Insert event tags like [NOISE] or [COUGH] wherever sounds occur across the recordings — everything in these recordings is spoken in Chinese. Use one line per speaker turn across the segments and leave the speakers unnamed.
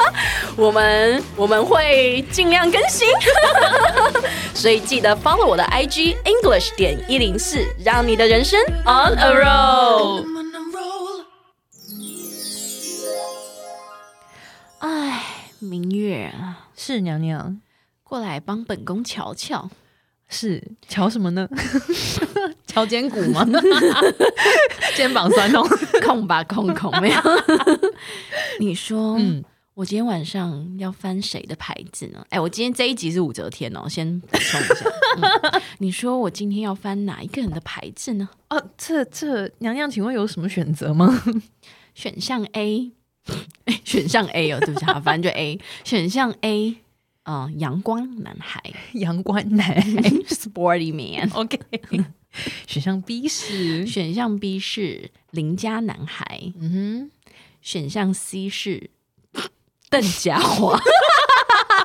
[LAUGHS] 我们我们会尽量更新， [LAUGHS] 所以记得 follow 我的 IG English 点一零四，让你的人生 on a roll。
I'm on a roll.
哎，明月啊，
是娘娘，
过来帮本宫瞧瞧。
是瞧什么呢？ [LAUGHS] 瞧肩骨吗？ [LAUGHS] 肩膀酸痛。
[LAUGHS] 空吧，空空没 [LAUGHS] 有。你说，
嗯，
我今天晚上要翻谁的牌子呢？哎，我今天这一集是武则天哦，先补充一 [LAUGHS] 下。嗯你说我今天要翻哪一个人的牌子呢？
[LAUGHS] 哦，这这娘娘，请问有什么选择吗？ [LAUGHS]
选项 A，哎 [LAUGHS] 选项 A 哦，对不起，好反正就 A。选项 A，呃，阳光男孩
阳光男 [LAUGHS]
哎，Sporty Man。
，OK。选项 B 是，
选项 B 是邻家男孩，
嗯
选项 C 是邓家华。 [LAUGHS]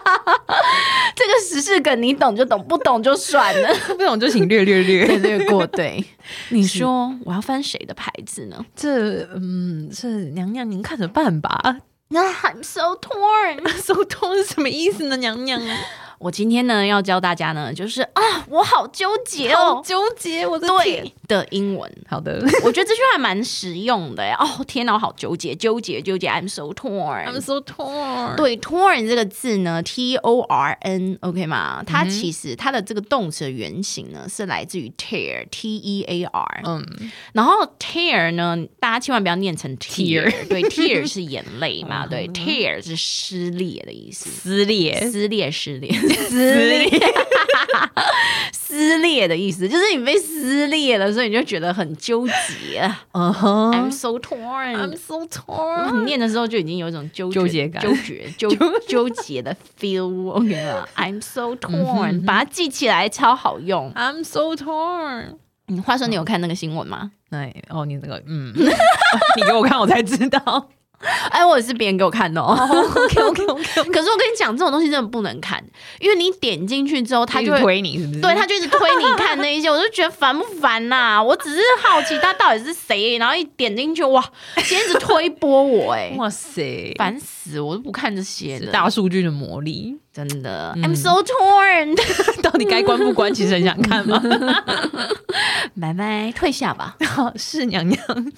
这个时事梗你懂就懂，不懂就算了，
哼，不懂就请略略略。
略过。 [LAUGHS] 对，你说我要翻谁的牌子呢？
[LAUGHS] 这嗯，这娘娘您看着办吧。
那 I'm so torn。
手痛是 [LAUGHS] 什么意思呢？娘娘，
[LAUGHS] 我今天呢要教大家呢，就是啊，我好纠结
好
哦，
纠结，我的天。
对的英文。
好的
我觉得这句话蛮实用的耶哦，天哪，我好纠结，纠结，纠结，I'm so torn。
，I'm so torn。
对，torn 这个字呢，t o r n，OK、吗？
嗯
它其实它的这个动词的原型呢是来自于 tear，t e a r，
嗯，
然后 tear 呢，大家千万不要念成 tear，
Tear 嗯
对，tear
[LAUGHS]
是眼泪嘛，对，tear 是撕裂的意思。
撕裂，
撕裂，撕裂， [LAUGHS] 撕裂，撕裂的意思就是你被撕裂了，所以你就觉得很纠结。啊
嗯哼
I'm so torn.
[LAUGHS] so
你念的时候就已经有一种纠
纠结感
纠结、纠嗯纠结的 feel，OK、吗？I'm [LAUGHS] so torn，、把它记起来超好用。
I'm so torn。
嗯，话说你有看那个新闻吗？
哎，哦，你那个，嗯， [LAUGHS] 你给我看，我才知道。
哎，我也是别人给我看的哦。
OK OK OK，
[LAUGHS] 可是我跟你讲，这种东西真的不能看，因为你点进去之后，
他
它就
就
会。
推你，是不是？
对，他就一直推你看那一些，我就觉得烦不烦呐、我只是好奇他到底是谁，然后一点进去，哇，今天一直推播我、哎，
哇塞，
烦死，我都不看这些
是
了，
大数据的魔力， [LAUGHS]
真的、i 嗯 m so torn。 [LAUGHS]
到底该关不关？其实很想看吗？ [LAUGHS]
拜拜，退下吧。
是娘娘， [LAUGHS]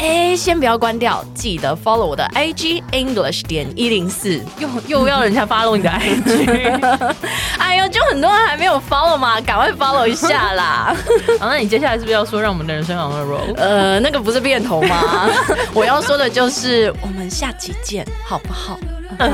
哎，先不要关掉，记得 follow 我的 IG English 点一零四。
又又要人家发动你的 IG。
哎呦，就很多人还没有 follow 嘛，赶快 follow 一下啦。
好，那你接下来是不是要说让我们的人生 on a roll？
呃，那个不是变头吗？我要说的就是，我们下期见，好不好？
I